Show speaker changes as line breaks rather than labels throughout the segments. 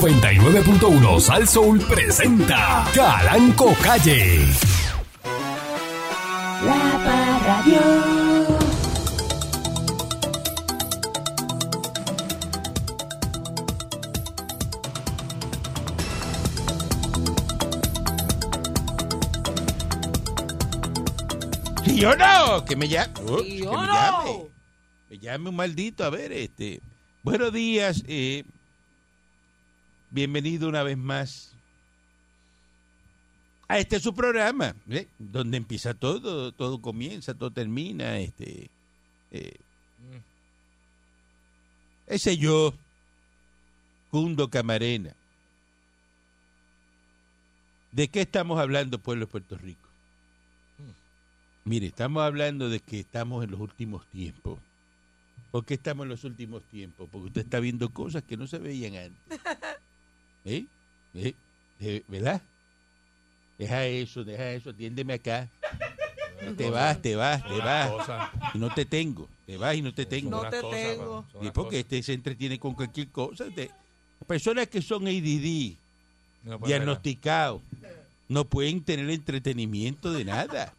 99.1 Sal Soul presenta Calanco Calle.
La Parradio.
Y yo no, que me llame. Ups,
Y
que
yo
me
no.
llame. Me llame un maldito. A ver, este. Buenos días. eh, bienvenido una vez más a este su programa, ¿eh? donde empieza todo, todo comienza, todo termina. Este. eh, ese yo, Cundo Camarena. ¿De qué estamos hablando, pueblo de Puerto Rico? Mire, estamos hablando de que estamos en los últimos tiempos. ¿Por qué estamos en los últimos tiempos? Porque usted está viendo cosas que no se veían antes. ¿Eh? ¿Eh? Eh, ¿Verdad? Deja eso, deja eso, atiéndeme acá. Te vas, te vas, te vas. Y no te tengo. Te vas y no te tengo.
No te tengo.
Y porque este se entretiene con cualquier cosa. Te- personas que son ADD, diagnosticados, no pueden tener entretenimiento de nada.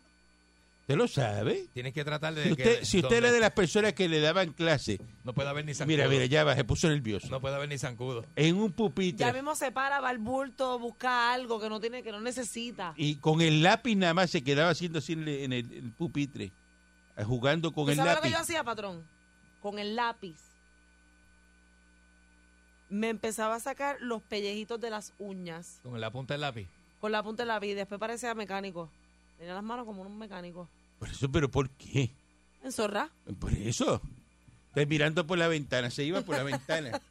¿Usted lo sabe?
Tienes que tratar de
Si
que-
usted, si usted
donde
era de las personas que le daban clase,
no puede haber ni zancudo.
mira, mira, ya va, se puso nervioso.
no puede haber ni zancudo.
En un
Ya
pupitre
mismo se para, va al bulto, busca algo que no tiene, que no necesita.
y con el lápiz nada más se quedaba haciendo así en el, en el- el pupitre, eh, jugando con
¿Tú
el
¿Sabes lo que
lápiz.
yo hacía, patrón? Con el lápiz. Me empezaba a sacar los pellejitos de las uñas
Con la punta del lápiz.
con la punta del lápiz. y Después parecía mecánico. Tenía las manos como un mecánico.
Por eso, pero ¿por qué?
En zorra.
Por eso. Estás mirando por la ventana, se iba por la ventana.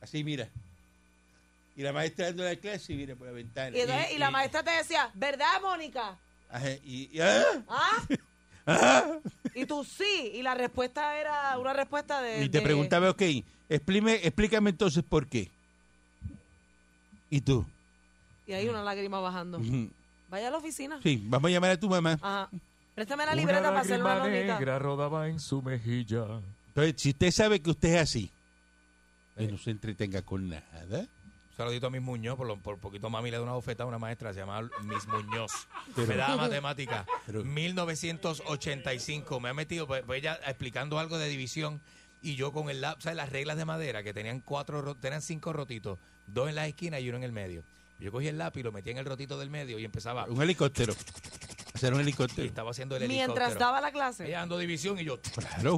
Así, mira. Y la maestra dando la clase y mira por la ventana.
Y, entonces- y la maestra te decía, ¿verdad, Mónica?
Ajá, y- y- ¡ah!
¿Ah? y tú sí. Y la respuesta era una respuesta de.
Y te
de-
preguntaba, ok, explícame, explícame entonces por qué. ¿Y tú?
Y ahí una lágrima bajando.
Ujú.
Vaya a la oficina.
Sí, vamos a llamar a tu mamá.
Ajá. Préstame la libreta para hacer una notita.
rodaba en su mejilla.
Entonces, si usted sabe que usted es así, que no se entretenga con nada.
Un saludito a Miss Muñoz, por, lo- por poquito mami le da una bofetada a una maestra, se llamaba Miss Muñoz. me daba matemática.
Pero-
1985. Me ha metido, pues, pues ella explicando algo de división y yo con el lápiz, ¿sabes? Las reglas de madera que tenían cuatro, ro- tenían cinco rotitos, dos en las esquinas y uno en el medio. Yo cogí el lápiz, lo metía en el rotito del medio y empezaba.
Un helicóptero. Hacer un
Y
helicóptero.
estaba haciendo el
Mientras
helicóptero.
daba la clase.
Ella dando división y yo.
Claro,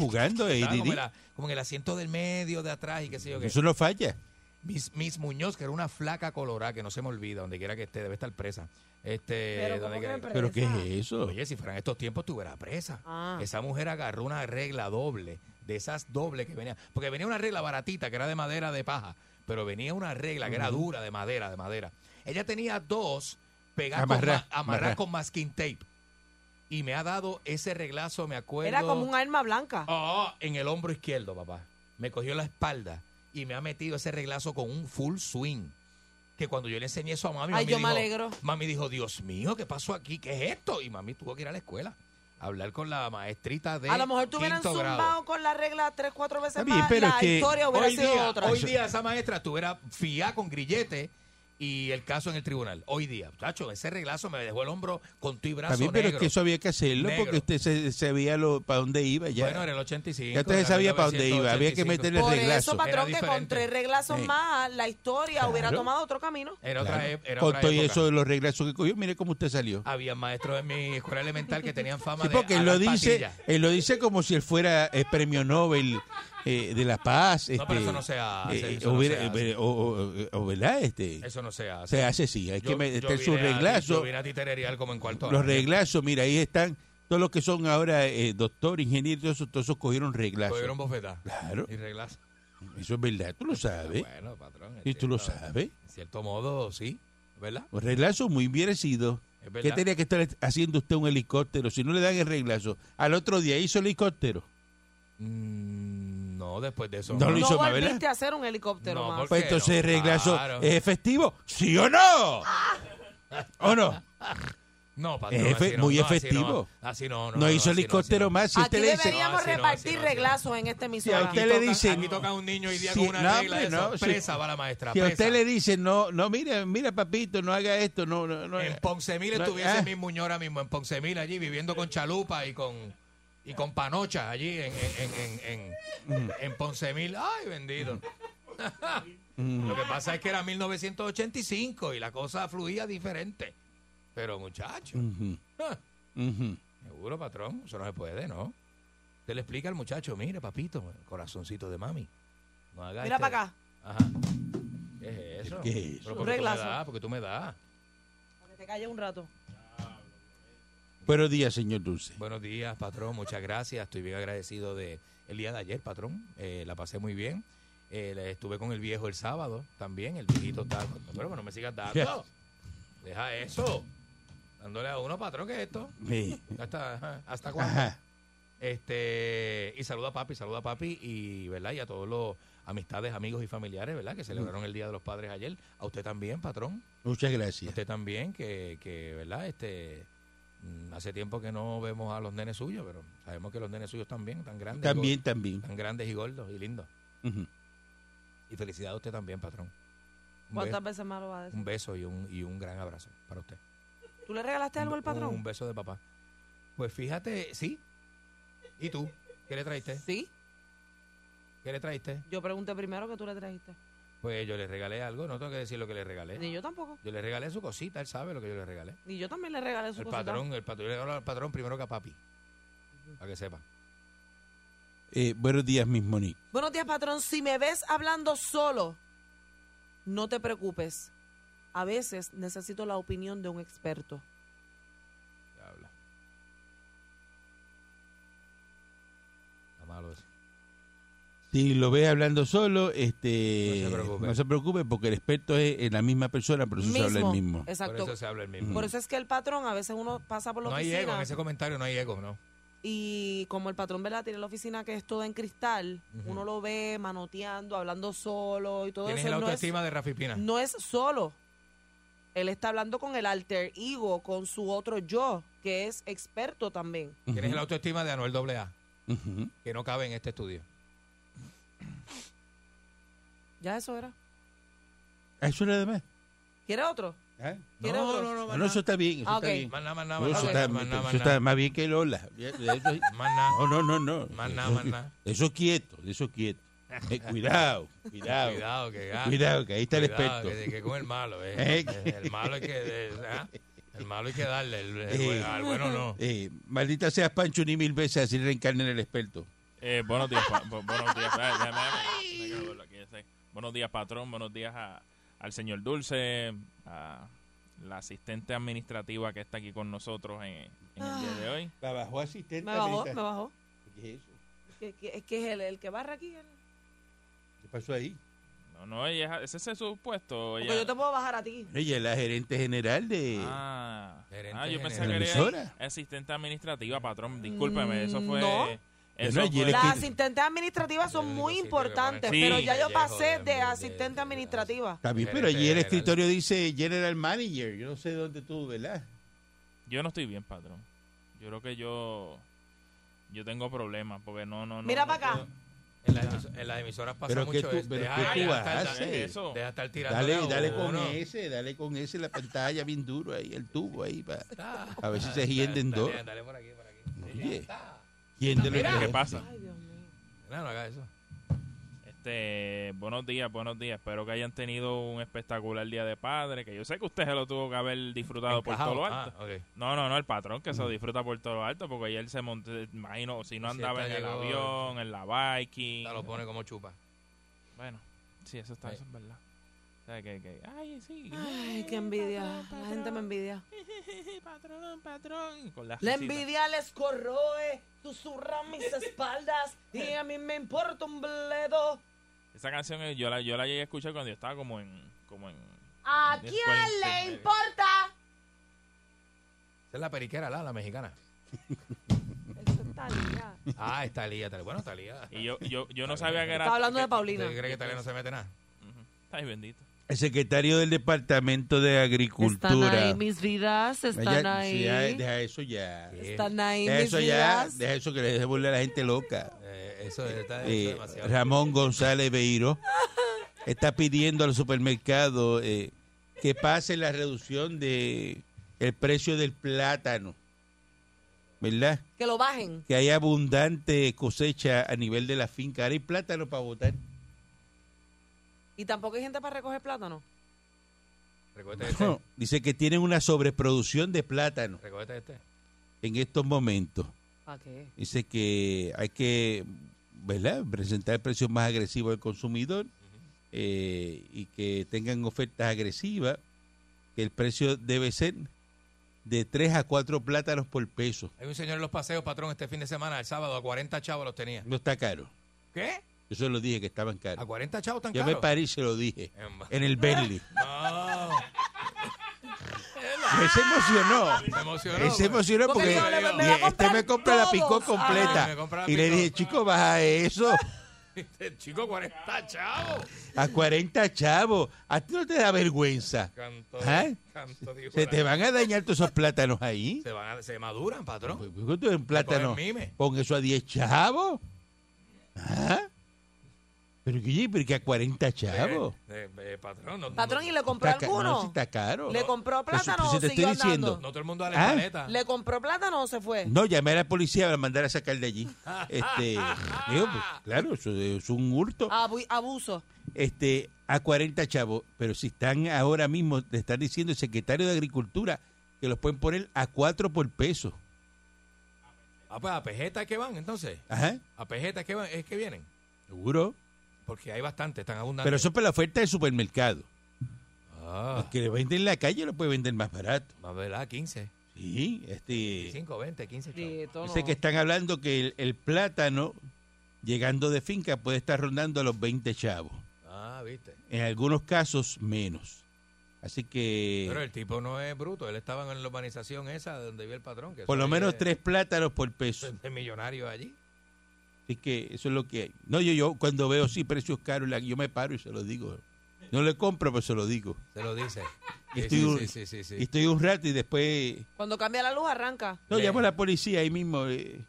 jugando, eh,
Estaba
Didi.
como, en la- como en el asiento del medio, de atrás y qué sé yo qué.
Eso no falla.
Miss, Miss Muñoz, que era una flaca colorada, que no se me olvida, donde quiera que esté, debe estar presa. Este, donde
Pero, ¿cómo
quiera
que
que-
presa?
¿Pero qué es eso?
Oye, si fueran estos tiempos, estuviera presa.
Ah.
Esa mujer agarró una regla doble, de esas dobles que venían. Porque venía una regla baratita, que era de madera de paja, pero venía una regla que era dura, de madera, de madera. Ella tenía dos pegadas,
Amarrá,
con, ma- amarrá
amarrá.
con masking tape. Y me ha dado ese reglazo, me acuerdo.
Era como un arma blanca.
Ah, en el hombro izquierdo, papá. Me cogió la espalda y me ha metido ese reglazo con un full swing. Que cuando yo le enseñé eso a mami,
Ay,
mami
yo me
dijo,
alegro.
Mami dijo, Dios mío, ¿qué pasó aquí? ¿Qué es esto? Y mami tuvo que ir a la escuela a hablar con la maestrita de
a lo mejor tú hubieran
quinto grado.
zumbado con la regla tres, cuatro veces
Está bien,
más.
pero
la
es que
historia hubiera
Hoy
sido
día,
otra.
hoy día esa maestra estuviera fiá con grillete y el caso en el tribunal. Hoy día, muchacho, ese reglazo me dejó el hombro con tu y brazo
También, pero es
negro.
que eso había que hacerlo
Negro.
porque usted se, sabía para dónde iba ya.
Bueno, era el 85.
Ya usted
era
sabía para dónde iba, había que
1985.
meterle
Por
reglazo.
eso, patrón,
Era
que con
diferente.
tres reglazos
Sí.
más la historia hubiera
Claro.
tomado otro camino.
Era
Claro.
otra, e- era
Con
otra
todo
época.
eso de los reglazos que cogió, mire cómo usted salió.
Había maestros en mi escuela elemental que tenían fama
Sí,
de
porque él lo
Adán
dice,
Patilla.
él lo dice como si él fuera eh, premio Nobel eh, de la paz.
No, pero
este,
eso no se hace,
eh,
eso no
hubiera-
se hace.
eh, o- o- o- o, ¿verdad? Este,
Eso no se hace.
se hace sí, hay que este
Yo-
meter
yo
sus
vine a- Yo
reglazos.
vine a titererear como en cuarto
Los
año.
reglazos, mira, ahí están todos los que son ahora eh, doctor, ingeniero, todos esos, todos esos cogieron reglazos.
Cogieron bofetá.
Claro.
Y reglazo.
Eso es verdad, tú lo sabes.
Ah, Bueno, patrón. en
Y tú lo
cierto-
sabes.
En cierto modo, sí. ¿Verdad?
Los reglazos Pues, muy merecidos.
Es verdad.
¿Qué tenía que estar haciendo usted un helicóptero? Si no le dan el reglazo, al otro día hizo helicóptero.
Mm, no, después de eso.
No lo
No
hizo más,
volviste
¿verdad?
a hacer un helicóptero
No,
más.
porque-
Pues entonces el reglazo
Claro.
es efectivo, ¿sí o no? ¿O no?
No, patrón,
Efe-
así no,
muy
no, así
efectivo.
no, Así no, no.
No hizo
así
helicóptero
así no.
más. Si
Aquí
usted le dice-
deberíamos
No, así no, así
repartir
no, así no.
reglazos en este esta
Si a
emisora.
usted le
toca-
dicen-
Aquí toca un niño hoy día
Sí,
con una
no,
regla
hombre,
de
no,
esas.
sí.
presa, va la maestra.
Si a
presa.
usted le dice, no, no, mira, mira papito, no haga esto, no, no, no.
En Poncemil
Eh, No,
estuviese
ah.
mi Muñoz ahora mismo, en Poncemil allí, viviendo con chalupa y con y con panocha allí en, en, en, en,
Mm.
en, en Poncemil. Ay, bendito.
Mm.
Lo que pasa es que era 1985 y la cosa fluía diferente. Pero muchacho,
Ujú,
ah,
ujú.
seguro patrón, eso no se puede, ¿no? Usted le explica al muchacho, mire papito, corazoncito de mami. No haga
Mira
este-
para acá.
Ajá. ¿Qué es eso?
¿Qué es eso?
Pero porque tú me
Reglazo.
das, porque tú me das.
Para que te calles un rato.
Buenos días, señor Dulce.
Buenos días, patrón. Muchas gracias. Estoy bien agradecido de el día de ayer, patrón. Eh, la pasé muy bien. Eh, le- estuve con el viejo el sábado también. El viejito está. Pero bueno, no me sigas dando. Deja eso. Dándole a uno, patrón, que es esto.
Sí.
Hasta, ajá, hasta cuándo.
Ajá.
Este, y saluda a papi, saluda a papi y, ¿verdad? Y a todos los amistades, amigos y familiares, ¿verdad? Que celebraron el Día de los Padres ayer. A usted también, patrón.
Muchas
Y
gracias.
usted también, que, que ¿verdad? Este, mm, hace tiempo que no vemos a los nenes suyos, pero sabemos que los nenes suyos también están grandes. y
También, también.
gor- Tan grandes y gordos y lindos.
Ujú.
Y felicidad a usted también, patrón. Un, be-
¿Cuántas veces más lo vas a
un
decir?
beso y un, y un gran abrazo para usted.
¿Tú le regalaste algo al
Un- Un
patrón?
beso de papá. Pues fíjate, sí. ¿Y tú? ¿Qué le traiste?
Sí.
¿Qué le traiste?
Yo pregunté primero que tú le trajiste.
Pues yo le regalé algo, no tengo que decir lo que le
Ni
regalé.
yo tampoco.
Yo le regalé su cosita, él sabe lo que yo le regalé.
Ni yo también le regalé su
El
cosita.
patrón, el patrón, yo le regalo al patrón primero que a papi. Para que sepa.
Eh, buenos días, Miss Monique.
Buenos días, patrón. Si me ves hablando solo, no te preocupes. A veces necesito la opinión de un experto.
Ya habla. Está malo eso.
Si lo ve hablando solo, este,
No se preocupe.
no se preocupe porque el experto es, es la misma persona, por eso se habla el mismo.
Por
Exacto.
eso se habla el mismo.
es que el patrón, a veces uno pasa por la
no hay ego,
oficina
en ese comentario no hay ego, ¿no?
y como el patrón ¿verdad? tiene la oficina que es toda en cristal,
Ujú.
uno lo ve manoteando, hablando solo y todo
Tienes
eso.
la
No es,
autoestima de Rafi Pina.
no es solo. Él está hablando con el alter ego, con su otro yo, que es experto también.
Tienes la autoestima de Anuel AA,
Ujú.
que no cabe en este estudio.
Ya eso era.
Ah, Eso era de más.
¿Quiere otro?
¿Ah?
¿Quiere otro?
No, no, eso está bien. Eso
Ah,
está
ok.
bien.
Más nada, más nada,
No,
más
eso
nada,
está,
más nada,
eso
más
está
nada.
más bien que Lola. Ya- ya eso-
Más nada.
No, no, no, no.
Más nada,
eso,
más nada.
eso quieto, eso quieto. Eh, cuidado, cuidado.
Cuidado, que ah,
Cuidado, que ahí está el
cuidado,
experto.
Que, que con el malo, eh.
Eh.
El malo hay que. eh, ah, El malo hay que darle. El, el
Eh.
buen- al bueno no.
Eh, maldita seas Pancho ni mil veces así reencarnen el experto.
Eh, buenos días, pa- bu- buenos días. Espera, déjame- déjame que lo vuelva aquí, sí. Buenos días, patrón. Buenos días a- al señor Dulce, a la asistente administrativa que está aquí con nosotros en, en el día de hoy.
La bajó asistente.
Me bajó, me bajó.
¿Qué es eso?
Que, que- es que es el, el que barra aquí. el-
¿Qué pasó ahí?
No, no, ella, ese es su puesto.
Porque
ella-
yo te puedo bajar a ti.
Ella es la gerente general de...
Ah,
Gerente
Ah, yo
general.
pensaba que era
Televisora.
asistente administrativa, patrón. Discúlpeme, eso fue.
Mm, No.
Eso
Bueno, allí
fue-
le
Las
quita-
asistentes administrativas
Yo
son
digo
muy
sitio que
importantes,
ponen-
pero
Sí.
ya yo
Pellejo
pasé
de-
de
de-
asistente
de-
administrativa.
Está bien, pero
Gerente
allí el
general.
escritorio dice General Manager. Yo no sé dónde tú, ¿verdad?
Yo no estoy bien, patrón. Yo creo que yo. Yo tengo problemas porque no, no, no.
Mira
no
para acá.
puedo-
En, las emisoras- en las emisoras pasa
Pero que
mucho
tú-
eso.
pero
Deja,
que tú
deja estar-
haces.
deja-
Eso.
deja estar tirando.
Dale, dale
uno.
con ese, dale con ese la pantalla bien duro ahí, el tubo ahí, para, a ver si se hienden
Dale,
dos.
Dale, por aquí, por aquí.
Oye, ¿quién de los
¿Qué
dos?
pasa?
Ay, Dios mío.
No, no haga eso.
Este, buenos días, buenos días. Espero que hayan tenido un espectacular día de padre, que yo sé que usted se lo tuvo que haber disfrutado
Encajado.
por todo lo
Ah,
alto.
ok.
No, no, no, el patrón que se lo disfruta por todo lo alto, porque ayer se montó, imagino, si no
Pues Si
andaba en
esta
el
llegó-
avión, en la biking.
Ya lo pone como chupa.
Bueno, sí, eso está,
Ay.
eso es verdad. O sea, que, que, ay, sí.
Ay, qué envidia. La gente me envidia.
envidia. Patrón, patrón. Con la
La
risita.
envidia les corroe, susurra mis espaldas y a mí me importa un bledo.
Esa canción eh, yo la, yo la llegué a escuchar cuando yo estaba como en, como en
¿A
Después
quién
intermedio.
le importa?
Esa es la periquera, la, la mexicana.
Eso está linda.
Ah, es Talía. Talía. Bueno, Talía.
y yo, yo, yo no sabía que
Estaba
era
hablando de
¿Usted
Paulina.
cree que Talía no se mete nada?
Ujú. Ay, bendito.
el secretario del Departamento de
Están
Agricultura.
ahí mis vidas, están
Ya- sí,
ahí.
ya, deja eso ya.
Están ahí
Deja
mis
eso ya.
vidas.
Deja eso que le deje volver a la gente loca.
Eh, eso está eso
Eh,
es demasiado.
Ramón González Beiro está pidiendo al supermercado eh, que pase la reducción de el precio del plátano, ¿verdad?
Que lo bajen.
Que hay abundante cosecha a nivel de la finca. Ahora hay plátano para botar.
Y tampoco hay gente para recoger plátano.
Recógete este.
Dice que tienen una sobreproducción de plátano
Recógete este.
en estos momentos.
¿Para qué?
Dice que hay que ¿verdad? presentar precios más agresivos al consumidor eh, y que tengan ofertas agresivas, que el precio debe ser de 3 a 4 plátanos por peso.
Hay un señor en los paseos, patrón, este fin de semana, el sábado, a 40 chavos los tenía.
No está caro.
¿Qué?
Yo se lo dije que estaban
¿A
caros.
40 chavos tan
Yo me
caros? Ah,
paré y se lo dije.
En ba-
En el Berli.
No,
Él se emocionó.
me emocionó.
Él se
pues.
emocionó porque
Porque yo le- me va a
este me
comprar
compra la picó
todos.
Ajá.
completa.
Me compra la
Y le
picó.
dije, chico, baja eso.
El Este chico, 40 chavos.
A 40 chavos. A ti no te da vergüenza.
Canto,
¿Ah?
canto de
Se te
igual.
van a dañar todos esos plátanos ahí.
Se, van a- se maduran, patrón.
Pues, pues, tú eres un plátano.
cogen mime.
Pon eso a 10 chavos. ¿Ah? Pero que, pero que a 40 chavos.
Eh, eh, patrón, no,
Patrón,
no-
¿y le compró
Está ca- no,
alguno?
si está caro.
¿Le compró plátano
si
o
te
siguió
estoy diciendo.
andando?
no todo el mundo a la
Ah.
paleta.
¿Le compró plátano o se fue?
No, llamé a la policía para mandar a sacar de allí. Este, digo, pues, claro, eso es un hurto.
Abu- abuso.
Este, a 40 chavos. Pero si están ahora mismo, le están diciendo el secretario de Agricultura que los pueden poner a 4 por peso.
Ah, pues a pejetas que van, entonces.
Ajá,
A pejetas que van, es que vienen.
seguro.
Porque hay bastante, están abundantes.
Pero eso es para la oferta del supermercado.
Ah,
Que le venden en la calle lo puede vender más barato.
más verdad, 15.
Sí, este.
5, 20, 15 chavos.
Prieto,
Dice
no.
que están hablando que el, el plátano, llegando de finca, puede estar rondando a los 20 chavos.
Ah, viste.
En algunos casos, menos. Así
Pero
que
el tipo no es bruto, él estaba en la urbanización esa donde vive el patrón. Que
por
eso
lo
ahí
menos
es-
tres plátanos por peso.
es millonario allí.
Así que eso es lo que hay. No, yo, yo cuando veo sí precios caros, la- yo me paro y se lo digo. No le compro, pero se lo digo.
Se lo dice.
Y
Sí,
estoy,
sí,
un,
sí, sí, sí, sí.
y estoy un rato y después
Cuando cambia la luz, arranca.
No,
Le-
llamo a la policía ahí mismo. eh,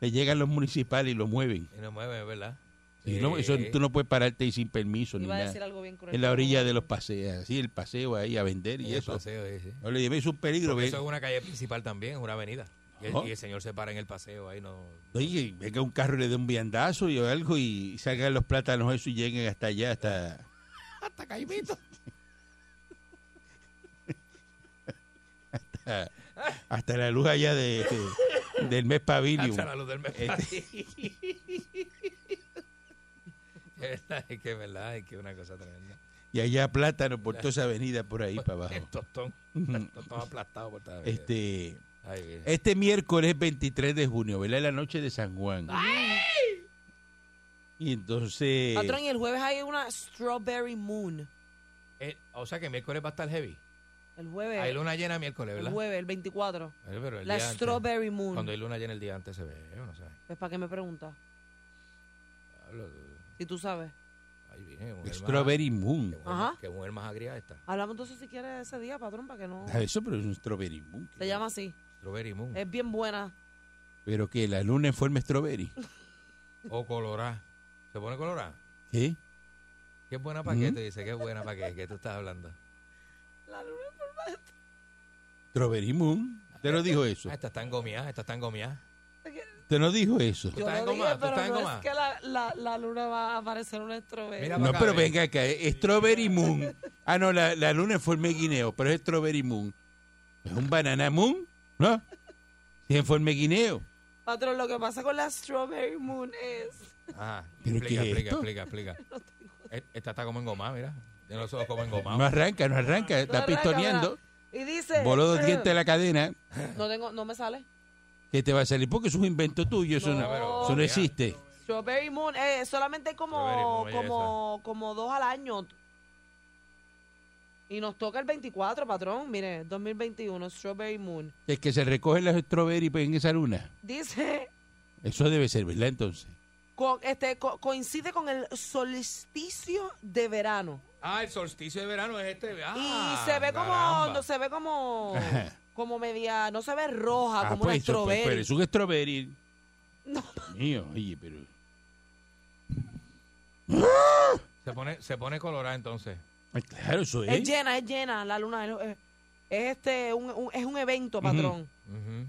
le llegan los municipales y lo mueven.
Y no mueve, ¿verdad?
Y no, eso
Sí.
tú no puedes pararte ahí sin permiso ni
Iba a decir
nada.
algo bien cruel.
En la orilla de los paseos, así el paseo ahí a vender y
el
eso.
paseo, sí, sí.
No le lleves un peligro.
Porque
Ve,
Eso es una calle principal también, es una avenida. Y el,
Ajá.
y el señor se para en el paseo, ahí no...
Oye, venga un carro y le dé un viandazo y o algo y salgan los plátanos eso y lleguen hasta allá, hasta...
¡Hasta Caimito!
Hasta, hasta la luz allá de, de- del mes pavilion.
Hasta la luz del mes.
este
Es verdad, es que es verdad, es que es una cosa tremenda.
Y allá plátano por toda esa avenida por ahí para
El
abajo.
tostón, el tostón aplastado por toda la vida.
Este...
Ay, bien.
Este miércoles 23 de junio, ¿verdad? Es La noche de San Juan. Y entonces.
Patrón, y el jueves hay una Strawberry Moon.
Eh, o sea que miércoles va a estar heavy.
El jueves.
Hay luna llena miércoles,
el
¿verdad?
jueves, el 24.
Eh,
Pues
pero el
La
día antes,
Strawberry Moon.
Cuando hay luna llena el día antes se ve, eh, uno sabe.
Pues, ¿Para qué me preguntas?
Hablo de-
Si tú sabes.
Ay, bien, mujer más-
Strawberry
Qué
Moon.
mujer,
Ajá.
qué mujer más agria esta.
Hablamos de eso si quieres ese día, patrón, para que no...
Ah, Eso, pero es un Strawberry Moon.
Se llama así.
Strawberry Moon.
Es bien buena.
Pero que la luna en forma Strawberry.
O colorá. ¿Se pone colorá?
¿Qué?
Qué buena pa'
Mm.
qué, te dice, qué buena pa' qué, ¿qué tú estás hablando?
Strawberry Moon. Usted no dijo eso.
Ah, esta está engomiada, esta está engomiada.
Usted no dijo eso.
estás en coma, tú estás en coma.
la, la- la luna va a aparecer una Strawberry.
Mira,
No,
acá,
pero
ven.
venga acá. eh, Strawberry Moon. Ah, no, la, la luna en forma de guineo, pero es Strawberry Moon. Es un banana moon, ¿no? Si es en forma de guineo.
Patrón, lo que pasa con la Strawberry Moon es...
Ajá.
¿Pero
Explica,
qué es
explica,
esto?
explica, explica, Eh, Esta está como engomada, mira. Tiene los ojos como
No
engomados.
arranca, no arranca. Está pistoneando.
Y dice... eh,
Voló dos dientes de la cadena.
No tengo, no me sale.
que te va a salir porque eso es un invento tuyo, eso no,
No, pero-
eso no existe.
Strawberry Moon, eh, solamente hay
Strawberry
como,
Moon,
como, como dos al año. Y nos toca el 24, patrón. Mire, 2021, Strawberry Moon.
Es que se recogen las strawberries en esa luna.
Dice,
Eso debe ser, ¿verdad? Entonces.
co- este, co- coincide con el solsticio de verano.
Ah, el solsticio de verano es este. Ah,
y se ve como,
caramba.
no, se ve como, como media, no se ve roja, Ah, como una
eso, pues,
strawberry.
pero es un strawberry.
No.
Mío, oye, pero.
Se pone, se pone colorada entonces.
Ay, Claro, eso
Es
es.
llena, es llena la luna. Es, es- es este, un, un- es un evento, patrón.
Ujú.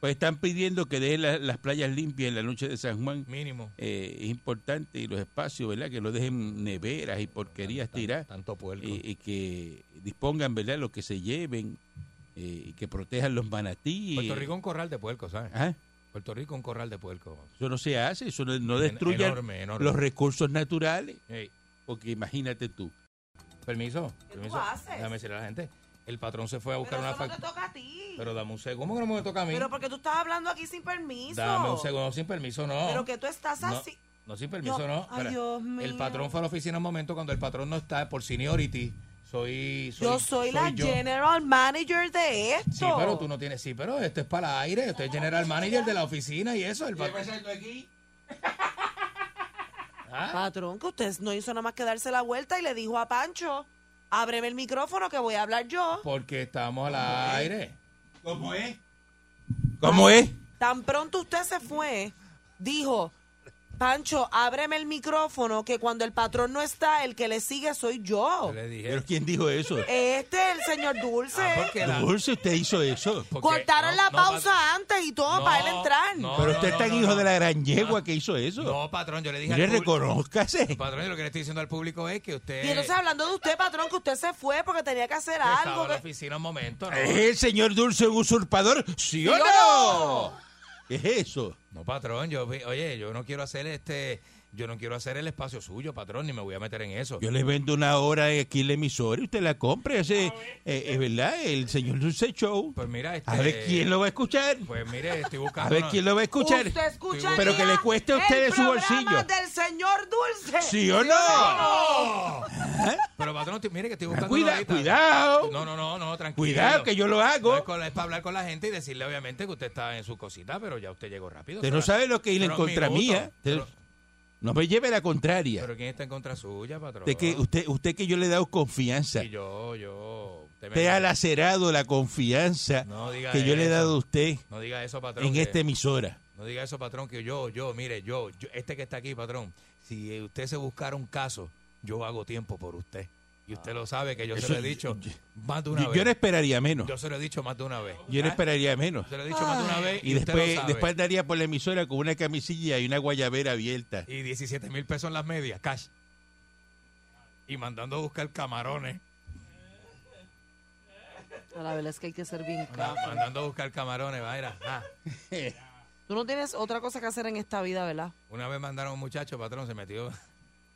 Pues están pidiendo que dejen la- las playas limpias en la noche de San Juan.
Mínimo.
Eh, es importante y los espacios, ¿verdad? Que no dejen neveras y porquerías tiradas.
Tanto puerco.
y, y que dispongan, ¿verdad? Lo que se lleven eh, y que protejan los manatíes.
Puerto Rico un corral de puerco, ¿sabes?
Ajá.
Puerto Rico un corral de puerco.
Eso no se hace, eso no, no
En-
destruyan
enorme, enorme.
los recursos naturales.
Ey,
Porque imagínate tú.
permiso.
¿Qué tú
permiso.
haces?
Déjame decirle a la gente. El patrón se fue a buscar
Pero
una
eso no te
factura.
toca a ti.
Pero dame un segundo. ¿Cómo que no me toca a mí?
Pero porque tú estás hablando aquí sin permiso.
dame un segundo. No, sin permiso, no.
Pero que tú estás
no,
así.
no, sin permiso,
Yo-
no.
Ay,
Espera.
Dios mío.
El patrón fue a la oficina un momento cuando el patrón no está por seniority. Soy, soy
yo soy, la
yo.
general manager de esto.
Sí, pero tú no tienes. Sí, pero esto es para aire. Usted es general manager de la oficina y eso. El patrón.
Patrón, que usted no hizo nada más que darse la vuelta y le dijo a Pancho, ábreme el micrófono que voy a hablar yo.
Porque estamos al aire.
¿Cómo es? ¿Cómo es?
Tan pronto usted se fue, dijo, Pancho, ábreme el micrófono que cuando el patrón no está, el que le sigue soy yo.
Yo le dije.
¿Pero quién dijo eso?
Este, el señor Dulce.
Ah, porque la-
Dulce, usted hizo eso.
porque-
Cortaron
no,
la
no,
pausa
pat-
antes y todo
No,
para él entrar.
no.
Pero usted es tan
no,
hijo
no. Ah,
de la gran yegua que hizo eso.
No, patrón, yo le dije
Mire,
al público-
reconózcase.
Patrón, yo lo que le estoy diciendo al público es que usted
Y entonces hablando de usted, patrón, que usted se fue porque tenía que hacer
eh. estaba
algo.
en la
que-
oficina un momento. ¿no?
¿Es el señor Dulce un usurpador? ¿Sí o
¿Sí o
no? ¿Qué es eso?
No, patrón, yo vi- oye, yo no quiero hacer este, yo no quiero hacer el espacio suyo, patrón, ni me voy a meter en eso.
Yo le vendo una hora aquí en la emisora y usted la compra. Ese, eh, es verdad, el señor Dulce Show.
Ah, Pues mira, este,
A ver quién lo va a escuchar.
Pues mire, estoy buscando.
A ver
no,
quién lo va a escuchar.
Usted escucharía
Pero que le cueste a usted
el
de su
programa
bolsillo.
del señor Dulce.
¿Sí o no?
Pero patrón, estoy- mire que estoy buscando.
Cuida-
una horita.
cuidado.
No, no, no, no, tranquilo.
Cuidado, que yo lo
No es,
hago.
con- es para hablar con la gente y decirle obviamente que usted está en su cosita, pero ya usted llegó rápido.
Usted no
Son las-
sabe lo que ir en
son los
contra
minutos.
mía. Usted-
Pero,
¿eh? No me lleve la contraria.
pero quién está en contra suya, patrón.
Usted que, usted, usted que yo le he dado confianza.
Y yo, yo. usted me-
Usted ha lacerado la confianza
No diga
que yo le he
eso.
dado a usted
No diga eso, patrón.
en este
que-
esta emisora.
No diga eso, patrón, que yo, yo, mire, yo, yo- este que está aquí, patrón, si eh, usted se buscara un caso, yo hago tiempo por usted. Y usted lo sabe que yo
Eso
se lo he
yo-
dicho
yo-
más de una
Yo,
vez.
yo no esperaría menos.
Yo se lo he dicho más de una vez.
Yo no
¿Ah?
esperaría menos.
Se lo he dicho más de una vez y,
Y
usted lo
después,
sabe.
después andaría por la emisora con una camisilla y una guayabera abierta.
Y 17 mil pesos en las medias, cash. Y mandando a buscar camarones.
La verdad es que hay que ser bien
Ma- Mandando a buscar camarones, Vaira. Ah,
Tú no tienes otra cosa que hacer en esta vida, ¿verdad?
Una vez mandaron a un muchacho, patrón, se metió.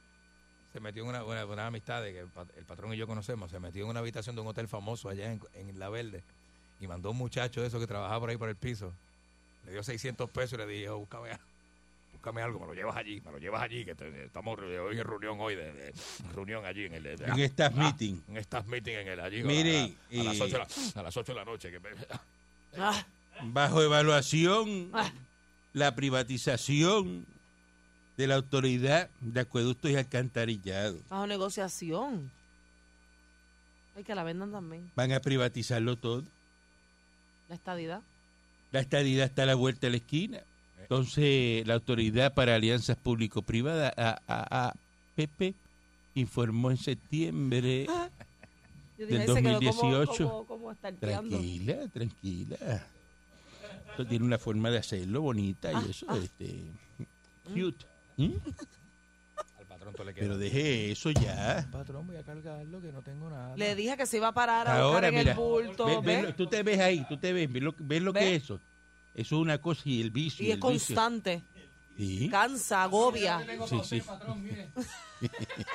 Se metió en una, una, una amistad de que el, pat- el patrón y yo conocemos. Se metió en una habitación de un hotel famoso allá en, en La Verde. Y mandó un muchacho de eso que trabajaba por ahí por el piso. Le dio 600 pesos y le dijo, búscame, a- búscame algo, me lo llevas allí, me lo llevas allí, que te- estamos re- hoy en reunión hoy, de, de- reunión allí en el... de- de-
En staff meeting.
En staff meeting en el allí.
Mire,
a, la- a las
eh,
8 de la, a las 8 de la noche. Que me- Eh.
Ah,
Bajo evaluación,
Ah.
la privatización de la autoridad de acueductos y alcantarillado.
bajo negociación. Hay que la vendan también.
Van a privatizarlo todo.
La estadidad.
La estadidad está a la vuelta de la esquina. Entonces, la autoridad para alianzas público-privadas, AAAPP, informó en septiembre.
Ah, Yo
Del
ahí se quedó como-
2018.
Como, como estarteando.
Tranquila, tranquila. Esto tiene una forma de hacerlo bonita
Ah,
y eso, este, cute. ¿Mm?
Al patrón todo le queda.
Pero deje eso ya.
patrón, voy a cargarlo, que no tengo nada.
Le dije que se iba a parar a buscar
Ahora,
en
mira,
el bulto.
ve- ve
¿ves?
lo- tú te ves ahí, tú te ves, ves lo, ves lo
¿Ves?
que es eso. Eso es una cosa y el vicio.
y es
el vicio.
constante.
Sí,
Cansa, agobia.
sí, sí.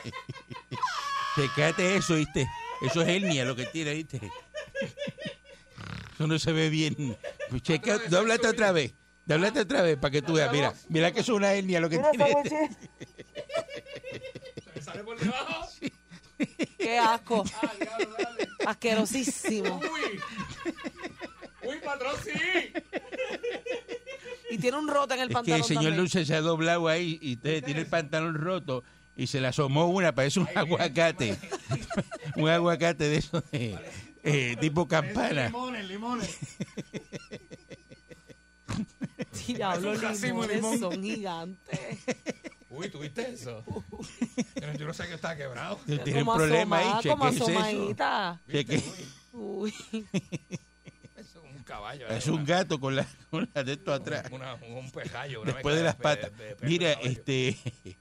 Checate eso, ¿viste? Eso es hernia lo que tiene, ¿viste? Eso no se ve bien. Checa, doblate otra vez. Doblate otra vez para que tú veas. Mira, mira que es una hernia lo que tiene. este.
Qué asco. Asquerosísimo.
Uy, patrón, sí.
Y tiene un roto en el
Es que
pantalón.
el señor
también.
Dulce se ha doblado ahí y usted tiene el pantalón roto y se le asomó una, parece un aguacate. un aguacate de eso de eh, tipo campana.
Limones, limones.
Diablo,
Es un racimo de
limones
limón.
son gigantes.
Uy, ¿tuviste eso? Yo no- Yo no sé que estaba quebrado.
Tiene
Como
un problema ahí,
asomada,
che,
Como
¿qué es eso?
asomadita.
Cheque-
Uy,
Eso es un caballo.
es
gato.
un gato con la, con la de esto atrás.
un pejallo. una
Después de las
mezcla
patas.
de- de- de-
Mira,
caballo.
este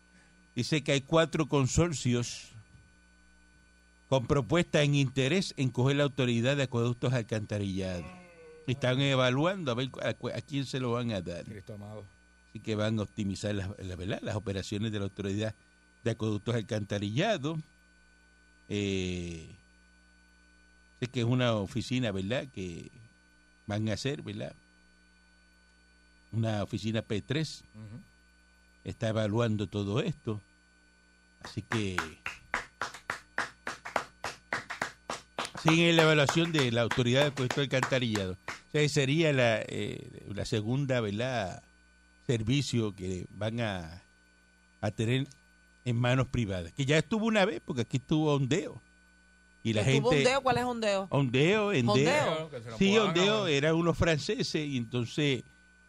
dice que hay cuatro consorcios con propuesta en interés en coger la autoridad de acueductos alcantarillados. Están evaluando a ver cu- a, cu- a quién se lo van a dar.
Cristo amado.
Así que van a optimizar las, la- ¿verdad? las operaciones de la autoridad de acueductos alcantarillados. Eh, sé que es una oficina, ¿verdad? Que van a hacer, ¿verdad? Una oficina P3
Ujú.
está evaluando todo esto. Así que sigue la evaluación de la autoridad de puesto alcantarillado. O sea, sería la, eh, la segunda, ¿verdad? Servicio que van a, a tener en manos privadas. Que ya estuvo una vez, porque aquí estuvo ondeo. Y la
¿Estuvo
gente.
ondeo? ¿Cuál es ondeo?
Ondeo, endeo.
Ondeo.
Que se lo
Sí,
pongan a-
ondeo eran unos franceses y entonces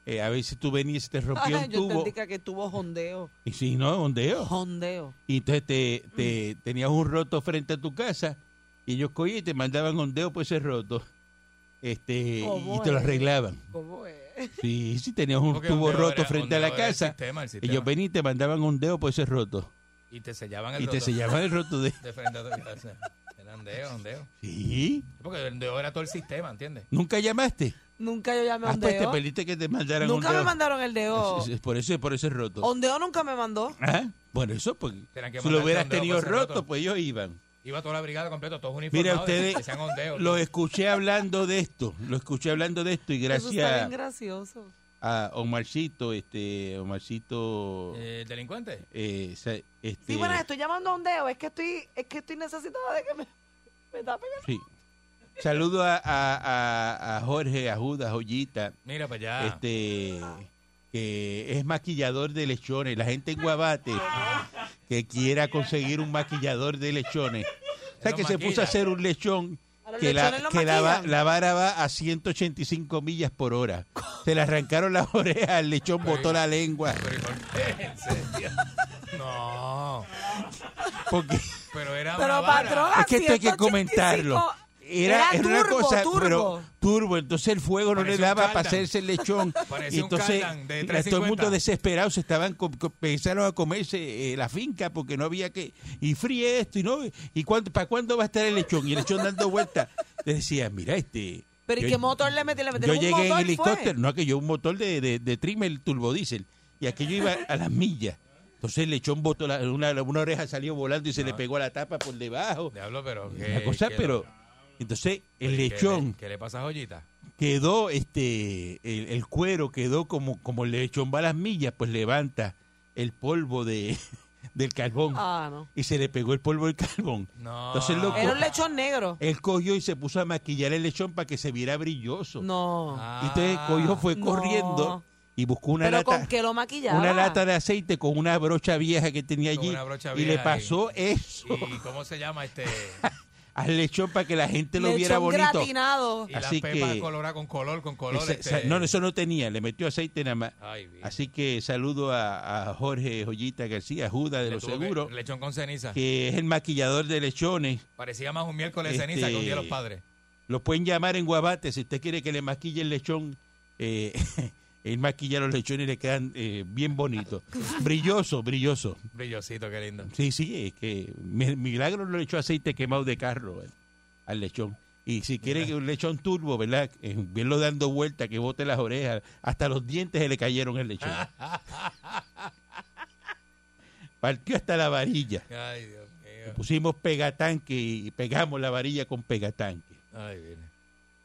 eh, a veces tú venías y te rompía
Ay,
un
yo
tubo.
entendí que aquí tuvo jondeo.
Y si no, ondeo.
Jondeo.
Y entonces te, te- tenías un roto frente a tu casa y ellos cogían y te mandaban ondeo por ese roto. Este, y
¿Cómo
te lo
es?
arreglaban.
¿Cómo es?
Sí, si tenías un
Porque
tubo
ondeo
roto
era-
frente a
ondeo
la
era el
casa,
sistema, el sistema.
ellos venían y te mandaban ondeo por ese roto.
Y te sellaban el
Y te
roto.
sellaban el roto de...
De frente a tu casa. Era ondeo, ondeo.
Sí,
Porque el ondeo era todo el sistema, ¿entiendes?
nunca llamaste.
Nunca yo llamé
Ah, pues te
ondeo.
perdiste que te mandaran
Nunca me
ondeo.
mandaron el deo.
Es- es- es Por eso, por ese roto.
Ondeo nunca me mandó.
Ah, Bueno, eso, pues,
Tenían que
si
mandarte
lo hubieras
un dedo
tenido
por ese
roto,
roto.
pues ellos iban.
Iba toda la brigada completa, todos uniformados.
Mira,
Que
ustedes,
sean ondeos.
lo escuché hablando de esto, lo escuché hablando de esto y
Eso está bien
gracias
gracioso.
a Omarcito, este, Omarcito,
Eh, delincuente.
eh, sa- este,
Sí, bueno, estoy llamando a ondeo. Es que estoy, es que estoy necesitada de que me, me tapen el-
sí. saludo a, a- a- a Jorge, a Judas, Joyita,
Mira, pues ya.
este, que es maquillador de lechones, la gente en Guabate que quiera conseguir un maquillador de lechones, o sea
Lo
que se puso
maquilla.
a hacer un lechón
A los
que, la,
lechones los
que la, va-
maquillan.
la vara va a 185 millas por hora. Se le arrancaron las orejas, al lechón botó la lengua.
Pero, ¿y por qué? ¿En serio? No.
Porque
Pero era una
Pero
vara.
patrón,
es que esto hay que comentarlo. Era,
Era
era una
turbo,
cosa,
turbo.
pero turbo, entonces el fuego no le
Parecía un
daba para
Cardan.
hacerse el lechón.
Parecía un
entonces
Cardan de
mira, todo el
350.
mundo desesperado se estaban com- com- empezaron a comerse eh, la finca porque no había que y fríe esto y no y cuánto para cuándo va a estar el lechón y el lechón dando vueltas. Le decía, mira este
Pero ¿y
yo-
qué motor le metí? ¿Le
Yo
metieron un
llegué en
motor, fue?
helicóptero, no, que yo un motor de, de, de Trimmer turbodiesel, y aquello iba a las millas. Entonces le echó un botón, la- una, una oreja salió volando y se
Ah.
le pegó a la tapa por debajo.
Diablo, pero. ¿qué-
Una cosa,
Eh, qué-
pero. Entonces el
¿qué le-
lechón
¿Qué le pasa a Joyita?
quedó, este, el, el cuero quedó como, como el lechón va a las millas, pues levanta el polvo de, del carbón.
Ah, no.
Y se le pegó el polvo del carbón.
No.
Entonces, loco,
Era un lechón negro.
él cogió y se puso a maquillar el lechón para que se viera brilloso.
No.
Ah.
Y entonces cogió, fue
No.
corriendo y buscó una
¿Pero
lata.
con qué lo maquillaba?
una lata de aceite con una brocha vieja que tenía
Con
allí
una brocha
y
vieja
le pasó eso
¿Y cómo se llama este?
al lechón para que la gente lo
Lechón
viera bonito.
gratinado.
Y la
Así
pepa
que-
colorada con color, con color.
Esa-
este-
esa- No, eso no tenía, le metió aceite nada más.
Ay, bien.
Así que saludo a, a Jorge Joyita García, Judas de
Le
los
tuvo que-
Seguros,
Lechón con ceniza.
que es el maquillador de lechones.
Parecía más un miércoles de
Este-
ceniza que un día de los padres.
Lo pueden llamar en Guabate si usted quiere que le maquille el lechón. Eh, él maquilla los lechones y le quedan eh, bien bonitos. Brilloso, brilloso.
Brillosito, qué lindo.
Sí, sí, es que mi- Milagro le echó aceite quemado de carro al, al lechón. Y si quiere que un lechón turbo, ¿verdad? Eh, Verlo dando vuelta, que bote las orejas, hasta los dientes se le cayeron el lechón. Partió hasta la varilla.
Ay, Dios mío.
Pusimos pegatanque y pegamos la varilla con pegatanque.
Ay, bien.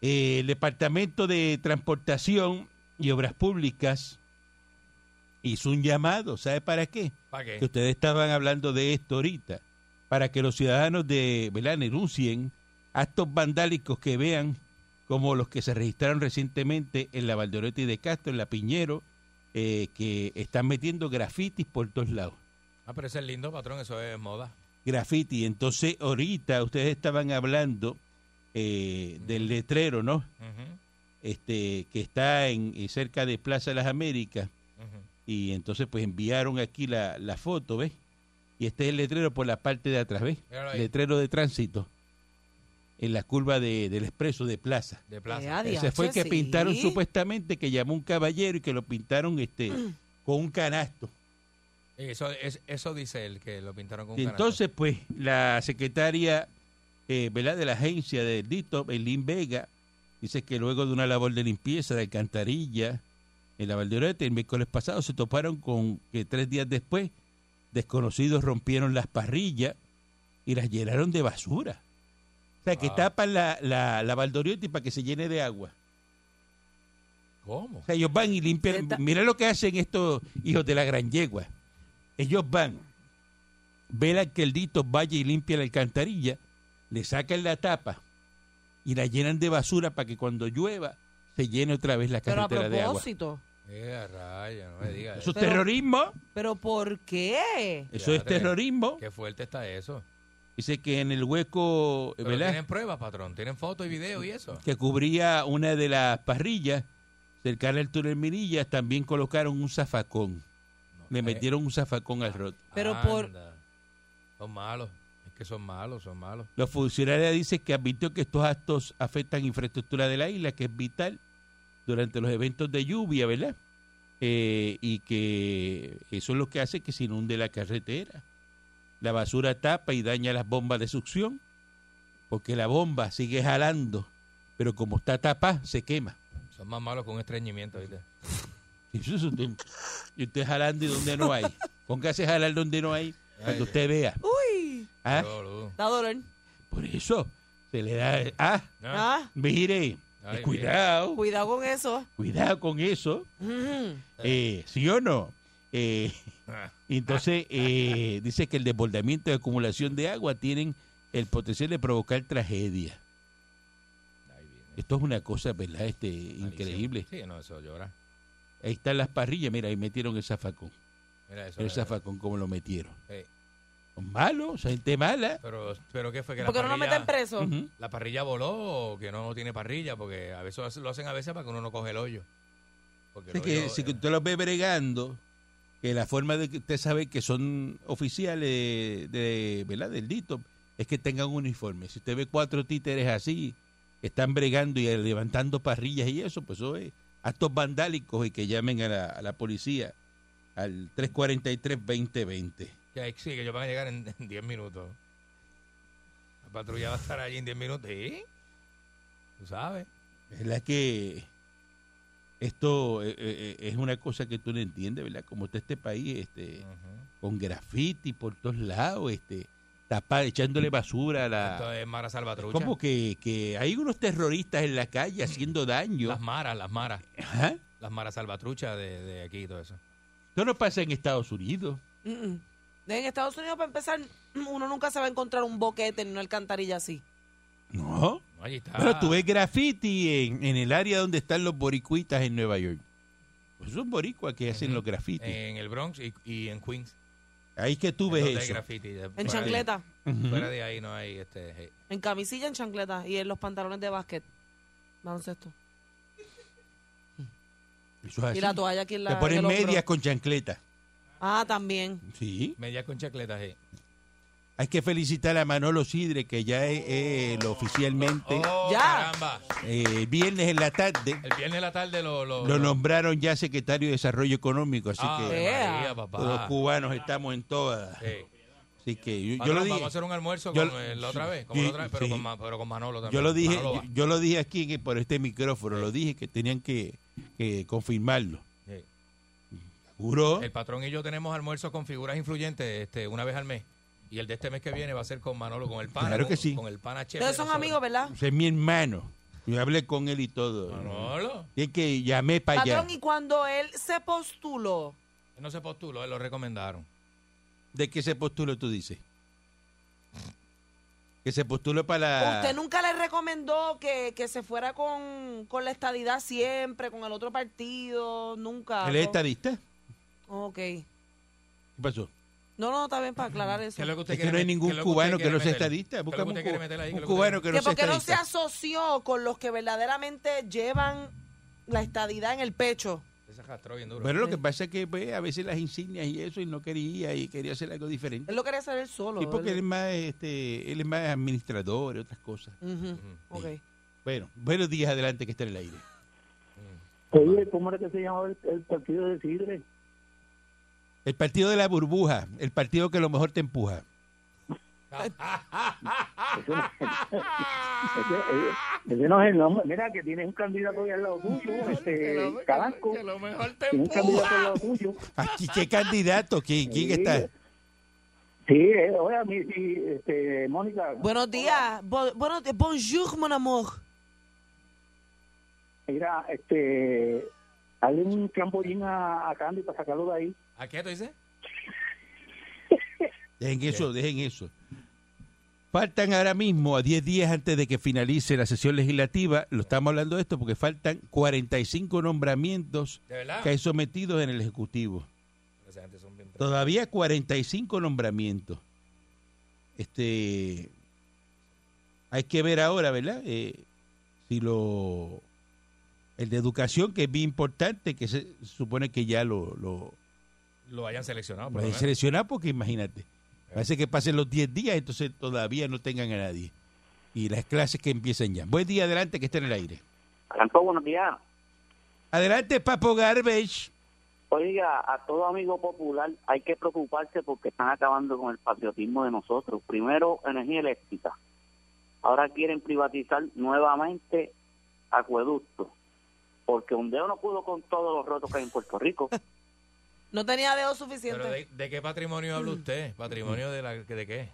Eh, el Departamento de Transportación y Obras Públicas hizo un llamado, ¿sabe para qué?
¿Para
que
qué?
ustedes estaban hablando de esto ahorita, para que los ciudadanos de Belán denuncien actos vandálicos que vean como los que se registraron recientemente en la Valdeoreta y de Castro, en la Piñero, eh, que están metiendo grafitis por todos lados.
Ah, pero ese es lindo, patrón, eso es moda.
graffiti. Entonces, ahorita ustedes estaban hablando eh, del letrero, ¿no?
Ujú,
Este, que está en, eh, cerca de Plaza de las Américas.
ujú.
Y entonces, pues enviaron aquí la, la foto, ¿ves? Y este es el letrero por la parte de atrás, ¿ves?
Míralo ahí.
Letrero de tránsito. En la curva de- del expreso de Plaza.
De
Ya,
plaza.
di-
Ese fue el que
sí.
pintaron supuestamente, que llamó un caballero y que lo pintaron este con un canasto.
Eso, es- eso dice él, que lo pintaron con
Y
un canasto.
entonces, pues, la secretaria eh, ¿verdad? de la agencia del DITOP, Elin Vega, dice que luego de una labor de limpieza de alcantarilla en la Valderete, el miércoles pasado se toparon con que tres días después desconocidos rompieron las parrillas y las llenaron de basura. O sea, que
Wow.
tapan la, la, la Valdoriotti para que se llene de agua.
¿Cómo?
O sea, ellos van y limpian.
Esta-
Mira lo que hacen estos hijos de la gran yegua. Ellos van, ven al que el dito vaya y limpia la alcantarilla, le sacan la tapa y la llenan de basura para que cuando llueva se llene otra vez la
Pero a
carretera de agua.
propósito,
Eh, raya, no me digas. eso.
Eso es
Pero-
terrorismo.
¿pero por qué?
Eso es
Fíjate.
terrorismo.
Qué fuerte está eso.
Dice que en el hueco,
Pero
¿verdad?
tienen pruebas, patrón. Tienen fotos y videos y eso.
que cubría una de las parrillas cercana al túnel Mirillas, también colocaron un zafacón. Le
eh.
metieron un zafacón al roto.
Pero por-
Anda. Son malos. Es que son malos, son malos.
Los funcionarios dicen que advirtió que estos actos afectan infraestructura de la isla, que es vital durante los eventos de lluvia, ¿verdad? Eh, y que eso es lo que hace que se inunde la carretera. La basura tapa y daña las bombas de succión, porque la bomba sigue jalando, pero como está tapada, se quema.
Son más malos con estreñimiento, ¿viste?
Y eso es un- y usted jalando y donde no hay. Póngase a jalar donde no hay, cuando usted vea.
Uy,
Ah,
Lulú.
da dolor.
Por eso se le da...
Ah,
Ah,
Ah,
mire,
Ay,
cuidado.
cuidado con eso.
cuidado con eso,
Mm.
eh, ¿sí o no? Eh,
Ah.
entonces, eh, dice que el desbordamiento y acumulación de agua tienen el potencial de provocar tragedia.
ahí viene.
Esto es una cosa, ¿verdad? Este, Ah. increíble.
Sí, no, eso llora.
Ahí están las parrillas, mira, ahí metieron el zafacón.
Mira eso.
El
mira.
zafacón, como lo metieron.
Eh,
Son malos, son gente mala.
pero, pero ¿qué fue? Que
¿Por qué
la
no nos
parrilla,
meten preso?
Ujú.
¿La parrilla voló o que no tiene parrilla? Porque a veces lo hacen a veces para que uno no coge el hoyo. Porque el
Así que
hoyo,
si
eh,
usted los ve bregando, que la forma de que usted sabe que son oficiales de, ¿verdad? del DITO es que tengan un uniforme. Si usted ve cuatro títeres así, que están bregando y levantando parrillas y eso, pues eso es actos vandálicos y que llamen a la, a la policía al 343-2020.
que ahí sí, que ellos van a llegar en en 10 minutos. La patrulla va a estar allí en 10 minutos. ¿Sí? Tú sabes.
¿Verdad que esto eh, eh, eh, es una cosa que tú no entiendes, ¿verdad? Como está este país, este...
Ujú.
con graffiti por todos lados, este, tapar, echándole basura a
Esto
la...
es Mara Salvatrucha.
Como Ah. que, que hay unos terroristas en la calle haciendo daño.
Las maras, las maras.
Ajá.
Las maras salvatruchas de, de aquí y todo eso.
Esto no pasa en Estados Unidos.
Mm-mm. En Estados Unidos, para empezar, uno nunca se va a encontrar un boquete en una alcantarilla así.
No.
No, Ah. allí está.
Bueno, tú ves graffiti en, en el área donde están los boricuitas en Nueva York. Pues son boricuas que hacen
Ujú.
los graffiti.
En el Bronx y, y en Queens.
Ahí es que tú ves
Entonces hay
eso.
graffiti. Ya, fuera
En
de-
chancleta,
Fuera de ahí no hay este. hey.
en camisilla, en chancleta y en los pantalones de básquet. Baloncesto.
Eso es así.
Y la toalla aquí en la.
Te ponen
en el hombro.
medias con chancleta.
Ah, también.
Sí.
Media con chacletas. hey.
Hay que felicitar a Manolo Sidre, que ya es él oficialmente.
¡Oh,
Ya.
caramba!
Eh, viernes en la tarde.
El viernes de la tarde lo. lo,
Lo nombraron ya secretario de Desarrollo Económico, así
Ah,
que
María, papá.
los cubanos estamos en todas.
Sí.
Así que yo- yo,
Patrón,
lo dije,
Vamos a hacer un almuerzo
Yo
con
lo-
eh, la otra vez. Como
sí,
la otra vez, pero,
sí.
con, Ma- pero con Manolo también.
yo lo dije,
Manolo
yo,
va.
yo lo dije aquí que por este micrófono, lo dije que tenían que, que confirmarlo.
Sí.
Juró.
El patrón y yo tenemos almuerzo con figuras influyentes este, una vez al mes. Y el de este mes que viene va a ser con Manolo, con el pana.
Claro que
con-
sí.
Con el pana chef.
Ustedes
de
son
nosotros.
amigos, ¿verdad?
Ese es mi hermano. Yo hablé con él y todo.
Manolo.
Y es que llamé para allá.
Patrón, y cuando él se postuló,
Él no se postuló, él lo recomendaron.
¿De qué se postuló tú dices? Que se postuló para
¿usted
la...
nunca le recomendó que, que se fuera con, con la estadidad siempre, con el otro partido? Nunca.
¿Él
¿no?
es estadista?
Ok.
¿Qué pasó?
No, no, está bien para aclarar eso.
¿Qué es lo que usted
Es que
quiere
no hay
met-
ningún
qué es lo usted
cubano que
quiere
no sea
meter? ¿Qué
estadista.
es lo que
Busca un,
usted quiere meter ahí? ¿Qué
un
es lo que usted
cubano
quiere-
que no
que
sea
porque no se
estadista.
asoció con los que verdaderamente llevan la estadidad en el pecho.
Esa jastró bien duro.
Bueno, lo que pasa es que pues, a veces las insignias y eso, y no quería, y quería hacer algo diferente.
Él lo quería saber solo.
Y porque él
él-
es más, este, él es más administrador y otras cosas.
Ujú, ok.
Bueno, buenos días adelante que está en el aire.
Oye, ¿cómo era que se llamaba el, el partido de Sidre?
El partido de la burbuja, el partido que a lo mejor te empuja.
Ese, ese- ese no es el nombre. Mira, que tienes un candidato ahí al lado tuyo, este, Calanco.
lo mejor te
Tienes un candidato al lado tuyo.
Aquí, ¿Qué candidato? ¿Quién, quién está?
Sí, eh, oye, a mí, sí, este, Mónica.
Buenos días. Bo- buenos días. Bonjour, mon amour.
Mira, este, hazle un trampolín a, a Candy para sacarlo de ahí.
¿A qué tú dices?
Dejen eso, dejen eso. Faltan ahora mismo, a 10 días antes de que finalice la sesión legislativa, lo estamos hablando de esto porque faltan 45 nombramientos
¿De verdad?
que hay sometidos en el Ejecutivo.
Esa gente son bien-
Todavía 45 nombramientos. Este, hay que ver ahora, ¿verdad? Eh, si lo el de educación que es bien importante, que se supone que ya lo, lo,
Lo hayan seleccionado.
lo
Por lo
hay
menos.
seleccionado Pues porque
Eh.
imagínate, parece que pasen los 10 días, entonces todavía no tengan a nadie. Y las clases que empiezan ya. Buen día, adelante, que esté en el aire.
Calanco, buenos días.
Adelante, Papo Garbage.
Oiga, a todo amigo popular hay que preocuparse porque están acabando con el patriotismo de nosotros. Primero, energía eléctrica. Ahora quieren privatizar nuevamente acueductos. Porque un dedo no pudo con todos los rotos que hay en Puerto Rico.
No tenía dedo
Pero
suficiente.
de, de qué patrimonio habla
Mm.
usted? ¿Patrimonio de, la, de qué?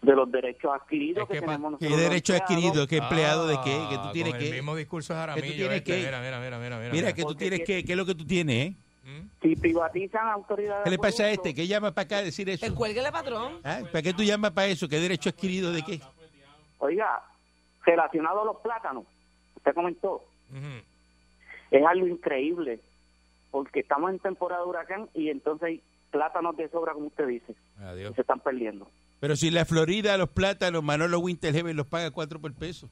De los derechos adquiridos
Es que
que,
pa-
tenemos
¿Qué
nosotros este los
derecho
empleados,
adquirido? ¿Qué empleado de qué?
Ah,
Que tú tienes
con
que...
El mismo discurso de Jaramillo.
tienes
este.
que-
Mira, mira, mira, mira.
Mira, que tú
Porque
tienes
que-
que... ¿Qué es lo que tú tienes, eh?
¿Mm?
Si privatizan autoridades.
¿Qué le pasa a este?
acueductos,
¿Qué llama para acá a decir eso?
Encuélguele, Eh, patrón.
¿Ah? ¿Para qué tú llamas para eso? ¿Qué derecho adquirido de qué?
Oiga, relacionado a los plátanos, usted comentó,
Ujú.
es algo increíble. Porque estamos en temporada de huracán y entonces hay plátanos de sobra, como usted dice.
Adiós.
se están perdiendo.
Pero si en la Florida los plátanos, Manolo Winterheaven los paga cuatro por peso.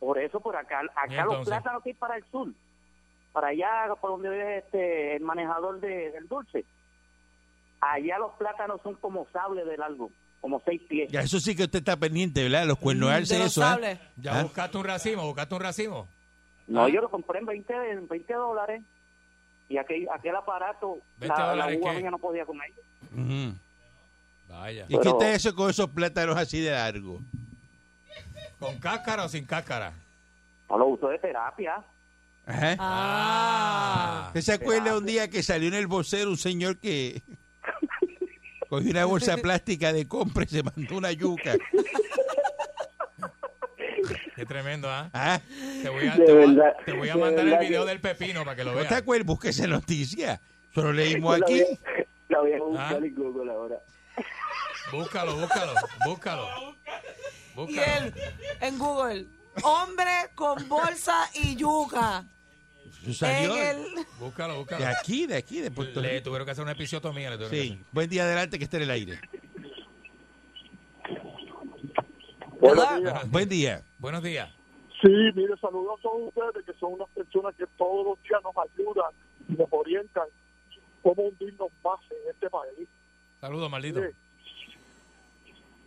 Por eso, por acá,
¿Y
acá
entonces?
los plátanos que hay para el sur, para allá por donde vive este, el manejador de- del dulce, allá los plátanos son como sable de largo, como seis pies.
Ya, eso sí que usted está pendiente, ¿verdad? Los cuernos
Mm,
alce,
de los
eso. ¿ah?
sables.
Ya
¿Ah?
buscaste un racimo, buscaste un racimo.
No, yo lo compré en 20, de- en 20 dólares y aquel, aquel aparato,
20
la, la
dólares,
uva
¿qué?
mía no podía comer.
Ujú.
Vaya.
¿Y qué
Pero-
está eso con esos plátanos así de largo?
¿Con cáscara o sin cáscara?
No lo usó de terapia.
Ajá.
Ah.
¿Eh? ¿Usted se acuerda un día que salió en el vocero un señor que cogió una bolsa plástica de compra y se mandó una yuca?
Qué tremendo, ¿ah?
¿Ah?
Te voy a,
De
te voy a-
verdad,
te voy a
de
mandar el
verdad
video
que-
del pepino para que lo
¿No te
veas.
acuerdas? Busque esa noticia. Solo leímos
La
aquí.
voy a- La voy a buscar
Ah.
en Google ahora.
Búscalo, búscalo, búscalo.
Y
Búscalo.
él, en Google, hombre con bolsa y yuca.
Eso salió
En el...
Búscalo,
de
búscalo.
aquí, de aquí, de Puerto
Le
Rico.
tuvieron que hacer una episiotomía. Le tuvieron que
Sí. Buen día adelante que esté en el aire.
Hola.
hacer.
Buen día.
Buenos días.
Sí, mire, saludos a todos ustedes que son unas personas que todos los días nos ayudan y nos orientan cómo hundirnos más en este país.
Saludos, maldito.
Mire,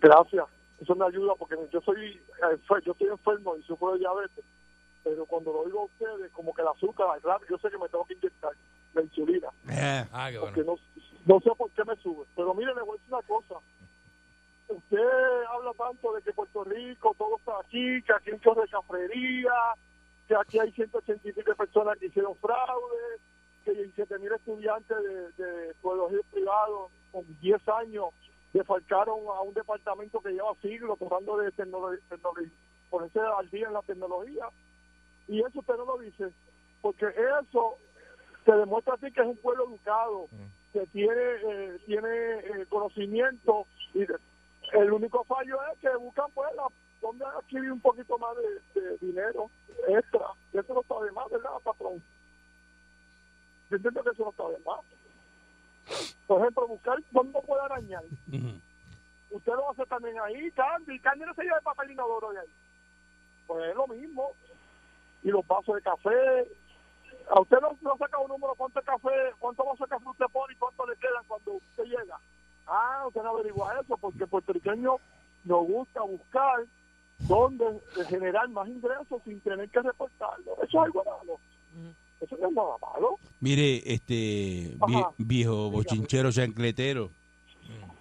gracias, eso me ayuda porque yo soy enfer- yo estoy enfermo y sufro de diabetes, pero cuando lo oigo a ustedes, como que el azúcar, el rap, yo sé que me tengo que inyectar la insulina,
Ah,
Ah, qué
porque
bueno.
no, no sé por qué me sube. Pero mire, le voy a decir una cosa. Usted habla tanto de que Puerto Rico, todo está aquí, que aquí hay muchos de cafrería, que aquí hay 187 personas que hicieron fraude, que 17 mil estudiantes de, de colegios privados con 10 años defalcaron a un departamento que lleva siglos tratando de tecnología, ponerse al día en la tecnología. Y eso usted no lo dice, porque eso te demuestra a ti que es un pueblo educado, que tiene, eh, tiene eh, conocimiento y de- el único fallo es que buscan pues la, donde adquirir un poquito más de, de dinero extra. Y eso no está de más, ¿verdad, patrón? Yo entiendo que eso no está de más. Por ejemplo, buscar dónde puede arañar.
Ujú.
Usted lo hace también ahí, Candy. Candy no se lleva el papel inodoro de ahí. Pues es lo mismo. Y los vasos de café. A usted no, no saca un número cuánto café, cuánto vaso de café usted pone y cuánto le quedan cuando usted llega. Ah, usted no averigua eso porque el puertorriqueño nos gusta buscar dónde generar más ingresos sin tener que reportarlo. Eso es algo malo. Eso no es nada malo.
Mire, este vie-
Ajá.
viejo bochinchero chancletero,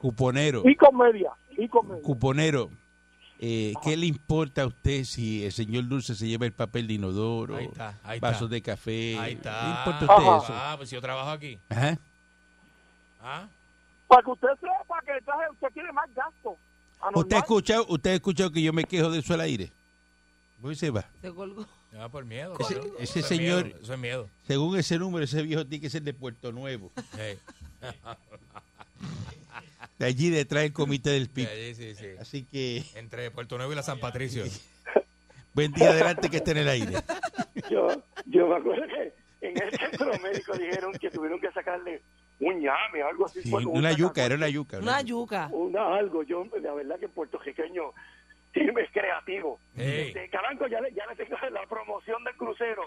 cuponero,
Y comedia, y comedia.
cuponero, eh, ¿qué le importa a usted si el señor Dulce se lleva el papel de inodoro,
Ahí está, ahí está.
vasos de café?
Ahí está.
¿Le importa a usted
Ajá.
eso?
Ah, pues yo trabajo aquí.
Ajá.
Ah,
Para que usted sepa que el traje usted tiene más gasto. Anormal.
¿Usted ha escuchado, usted ha escuchado que yo me quejo de eso al aire? Voy se va.
Se colgó.
me va por miedo.
Ese-
cabrón.
ese
Eso es
señor-
miedo, eso es miedo.
Según ese número, ese viejo tiene que ser de Puerto Nuevo,
Hey.
de allí detrás del comité del PIB.
Sí, sí, sí.
Así que,
Entre Puerto Nuevo y la San Patricio.
buen día adelante que esté en el aire.
Yo, yo me acuerdo que en el centro médico dijeron que tuvieron que sacarle un ñame o algo así.
Sí,
por un
una yuca,
sacacorcho.
era una yuca.
Una yuca.
Una algo. Yo, la verdad que el puertorriqueño sí es creativo.
Ey.
Este, Calanco, ya le, ya le tengo la promoción del crucero.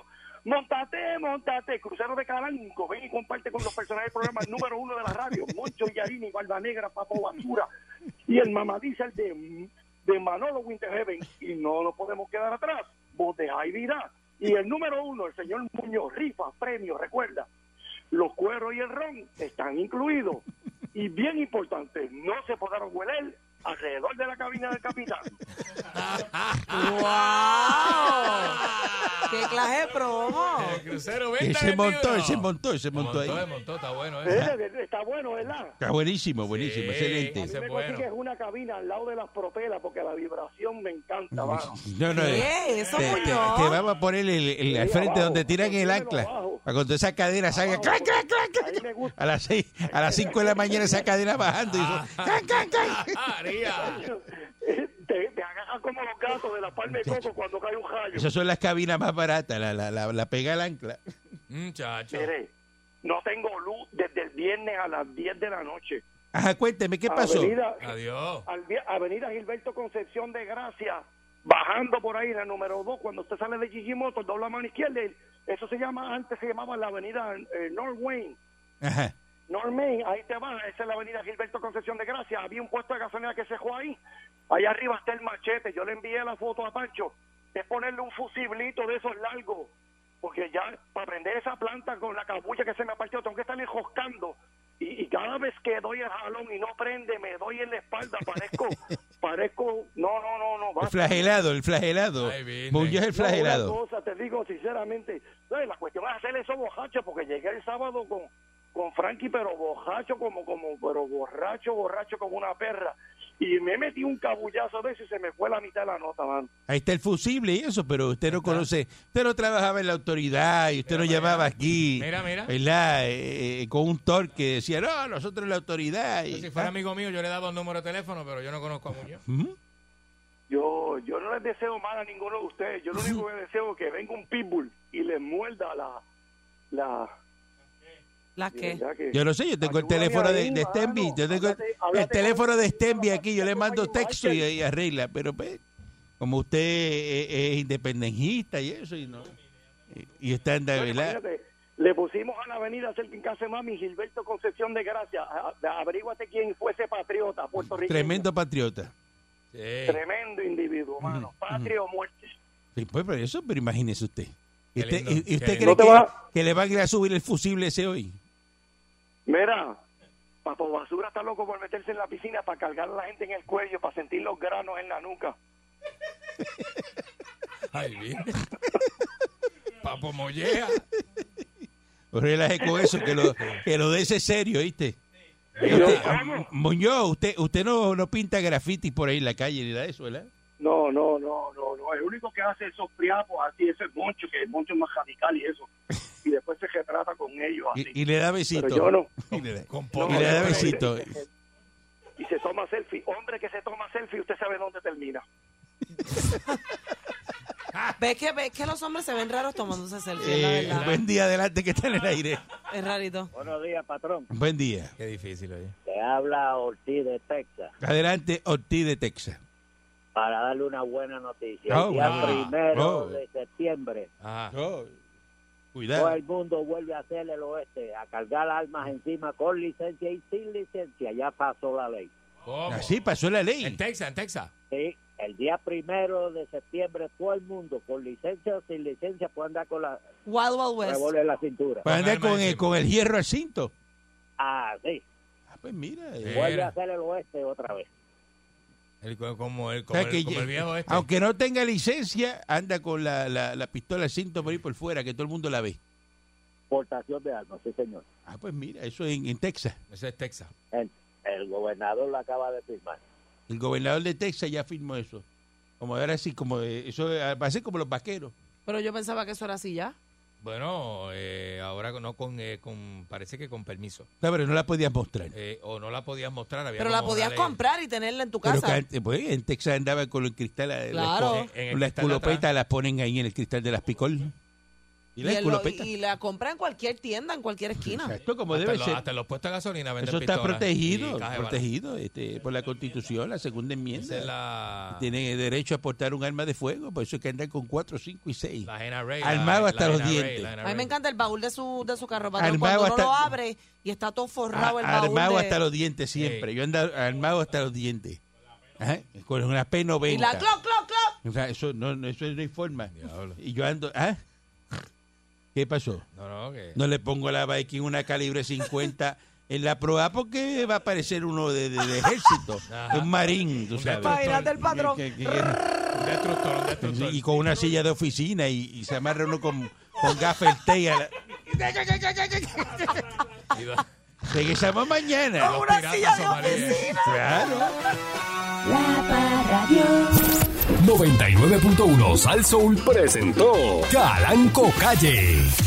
Montate, montate, crucero de Calanco. Ven y comparte con los personajes del programa número uno de la radio. Moncho Yarini, Barba Negra, Papo Basura. Y el mamadiza el de, de Manolo Winterheaven. Y no nos podemos quedar atrás. Boteja y vida. Y el número uno, el señor Muñoz, rifa, premio, recuerda. Los cueros y el ron están incluidos. Y bien importante, no se podrán hueler alrededor de la cabina del capitán.
¡Qué clase de promo!
El crucero,
Él
venta
se montó, él
ese
se montó, él se montó ahí.
montó, se montó, está bueno, ¿eh?
Eh, Está bueno, ¿verdad?
Está buenísimo, buenísimo,
Sí,
excelente.
ese
me
es bueno.
consigues una cabina al lado de las propelas porque la vibración me encanta, mano.
No, no, eh,
¿Qué?
te,
Eso
te- te
Muñoz.
vamos a poner el, el- al
Sí,
frente
abajo,
donde tiran el
póntelo
ancla.
abajo.
Para cuando esa cadena salga.
Abajo,
¡clac, clac, clac,
A
clac!
mí me gusta.
A las seis, a las 5 de la mañana esa cadena bajando. Y eso, ¡clac, clac, clac!
María.
Eh, Te, te agarran como los gatos de la palma de coco cuando cae un rayo.
Esas son las cabinas más baratas, la, la, la, la pega al ancla.
Muchacho.
Mire, no tengo luz desde el viernes a las 10 de la noche.
Ajá, cuénteme, ¿qué pasó?
Avenida,
Adiós.
al vi- Avenida Gilberto Concepción de Gracia, bajando por ahí la número 2, cuando usted sale de Gigimoto, dobla la mano izquierda, y eso se llama, antes se llamaba la avenida eh, North Wayne.
Ajá.
Normain, ahí te va, esa es la avenida Gilberto Concepción de Gracia, había un puesto de gasolina que se fue ahí, allá arriba está el machete, yo le envié la foto a Pancho, es ponerle un fusiblito de esos largos, porque ya para prender esa planta con la cabulla que se me ha partido, tengo que estar enjoscando, y, y cada vez que doy el jalón y no prende, me doy en la espalda, parezco, parezco, no, no, no, no,
El
basta.
flagelado, el flagelado.
Ay, viene.
Muñoz el
No, una
flagelado.
cosa, te digo sinceramente, no, la cuestión es hacer esos borrachos, porque llegué el sábado con, con Frankie, pero borracho, como, como, pero borracho, borracho como una perra. Y me metí un cabullazo de eso y se me fue la mitad de la nota, mano.
Ahí está el fusible y eso, pero usted no conoce, usted no trabajaba en la autoridad y usted no llamaba aquí,
Mira, mira.
¿verdad? Eh, eh, con un torque decía, no, nosotros la autoridad. y-
Si fuera amigo mío, yo le daba un número de teléfono, pero yo no conozco a Muñoz.
Ujú.
Yo, yo no les deseo mal a ninguno de ustedes. Yo lo único que deseo es que venga un pitbull y les muerda la... la
¿Las qué?
ya que-
Ah, Yo no sé, yo tengo el
Ayúdame
teléfono de,
ahí,
de Stenby,
mano.
yo tengo el-
Háblate-
el,
háblate con-
teléfono de Stenby aquí, yo le
con
mando
Michael
texto y,
Michael.
y arregla, pero pues, como usted es, es independentista y eso, y no... Y, y está en la ¿verdad?
Imagínate, Le pusimos a la avenida cerca en casa de mami Gilberto Concepción de Gracia. A- a- Averíguate quién fuese patriota, puertorriqueño.
Tremendo patriota.
Sí.
Tremendo individuo, mano. Patria o muerte.
Sí, pues, pero eso, pero imagínese usted.
Qué
Usted-
lindo,
y- y
qué
usted cree
lindo.
No te
que,
vas-
que le van a ir a subir el fusible ese hoy?
Mira, Papo Basura está loco por meterse en la piscina para cargar a la gente en el cuello, para sentir los granos en la nuca.
Ay, bien. Papo Molleja.
Pues Relaje con eso, que lo, que lo de ese serio, ¿viste?
Yo,
Usted- Muñoz, usted, usted no, no pinta graffiti por ahí en la calle ni nada de eso, ¿verdad?
no, no, no, no, no. El único que hace esos priapos así es el moncho, que el moncho es más radical y eso. Y después se retrata con ellos así.
Y, y le da besito.
Pero yo no.
Y le da,
Con
No,
poco.
y le da
no,
besito.
Y se toma selfie. Hombre que se toma selfie, usted sabe dónde termina.
¿Ves que, ves que los hombres se ven raros tomándose selfies, la
Eh,
verdad?
pues. buen día, adelante, que está en el aire.
Es rarito.
Buenos días, patrón.
Buen día.
Qué difícil, oye.
Te habla Ortiz de Texas
Adelante, Ortiz de Texas.
para darle una buena noticia.
Oh,
el día
wow.
primero
Oh.
de septiembre,
Ajá.
Oh,
todo
cuidado.
el mundo vuelve a hacer el oeste, a cargar armas encima con licencia y sin licencia. Ya pasó la ley.
¿Cómo?
Así pasó la ley.
En Texas, en Texas.
Sí, el día primero de septiembre, todo el mundo con licencia o sin licencia puede andar con la
Wild Wild West.
revólver en la cintura.
Para andar
Arma
con el,
encima.
con el hierro al cinto.
Ah, sí,
Ah, pues mira. eh.
Sí.
vuelve
Era.
a hacer el oeste otra vez.
El- como el,
O
como
sea,
el-
que
como
ya-
el viejo este.
Aunque no tenga licencia, anda con la, la, la pistola al cinto por ahí por fuera, que todo el mundo la ve.
Portación de armas, sí, señor.
Ah, pues mira, eso en, en Texas.
Eso es Texas.
El, el gobernador lo acaba de firmar.
El gobernador de Texas ya firmó eso. Como ahora sí, como eh, eso eh, va a ser como los vaqueros.
Pero yo pensaba que eso era así ya.
Bueno, eh, ahora no con, eh, con, parece que con permiso.
No, pero no la podías mostrar.
Eh, o no la podías mostrar. Había
Pero la
como una
podías
ley.
comprar y tenerla en tu
Pero que
casa.
antes, pues, en Texas andaba con el cristal. eh, los
Claro.
co-
En- en el
las
cristal de atrás.
culopetas las ponen ahí en el cristal de las picol. Y
Y,
las
él lo-
culopetas.
y- y la compra en cualquier tienda, en cualquier esquina.
Exacto, como
Hasta
debe
los-
ser.
Hasta los puestos de gasolina venden
Eso está
pistolas
protegido,
y cajas de balas.
protegido este, por la Constitución, la segunda enmienda.
Esa es la,
Tiene derecho a portar un arma de fuego, por eso es que andan con 4, 5 y 6.
la NRA,
Armado
la-
hasta
la
los
NRA,
dientes.
la
A
NRA.
mí me encanta el baúl de su, de su carro, patrón.
Armado
Cuando uno
hasta-
lo abre y está todo forrado el baúl.
armado
de-
hasta los dientes siempre. Yo ando armado hasta los dientes. Ajá, Con una P90.
Y la cloc, cloc, cloc.
O sea, eso no, no, eso no hay forma.
Diablo.
Y yo ando. ¿ah? ¿Qué pasó?
No, no, que...
No le pongo a la Viking una calibre 50 en la proa porque va a aparecer uno de, de- de ejército,
Ajá.
un marín, tú
Un
sabes.
Imagínate el patrón.
Que- que- que-
Un destructor, un destructor.
Y con una silla de oficina y, y se amarra uno con, con gafas el té. a la-
Y va-
Regresamos mañana.
los
Una
piratas
silla de
somalíes.
Claro.
La Parradio.
99.1 Sal Soul presentó Calanco Calle.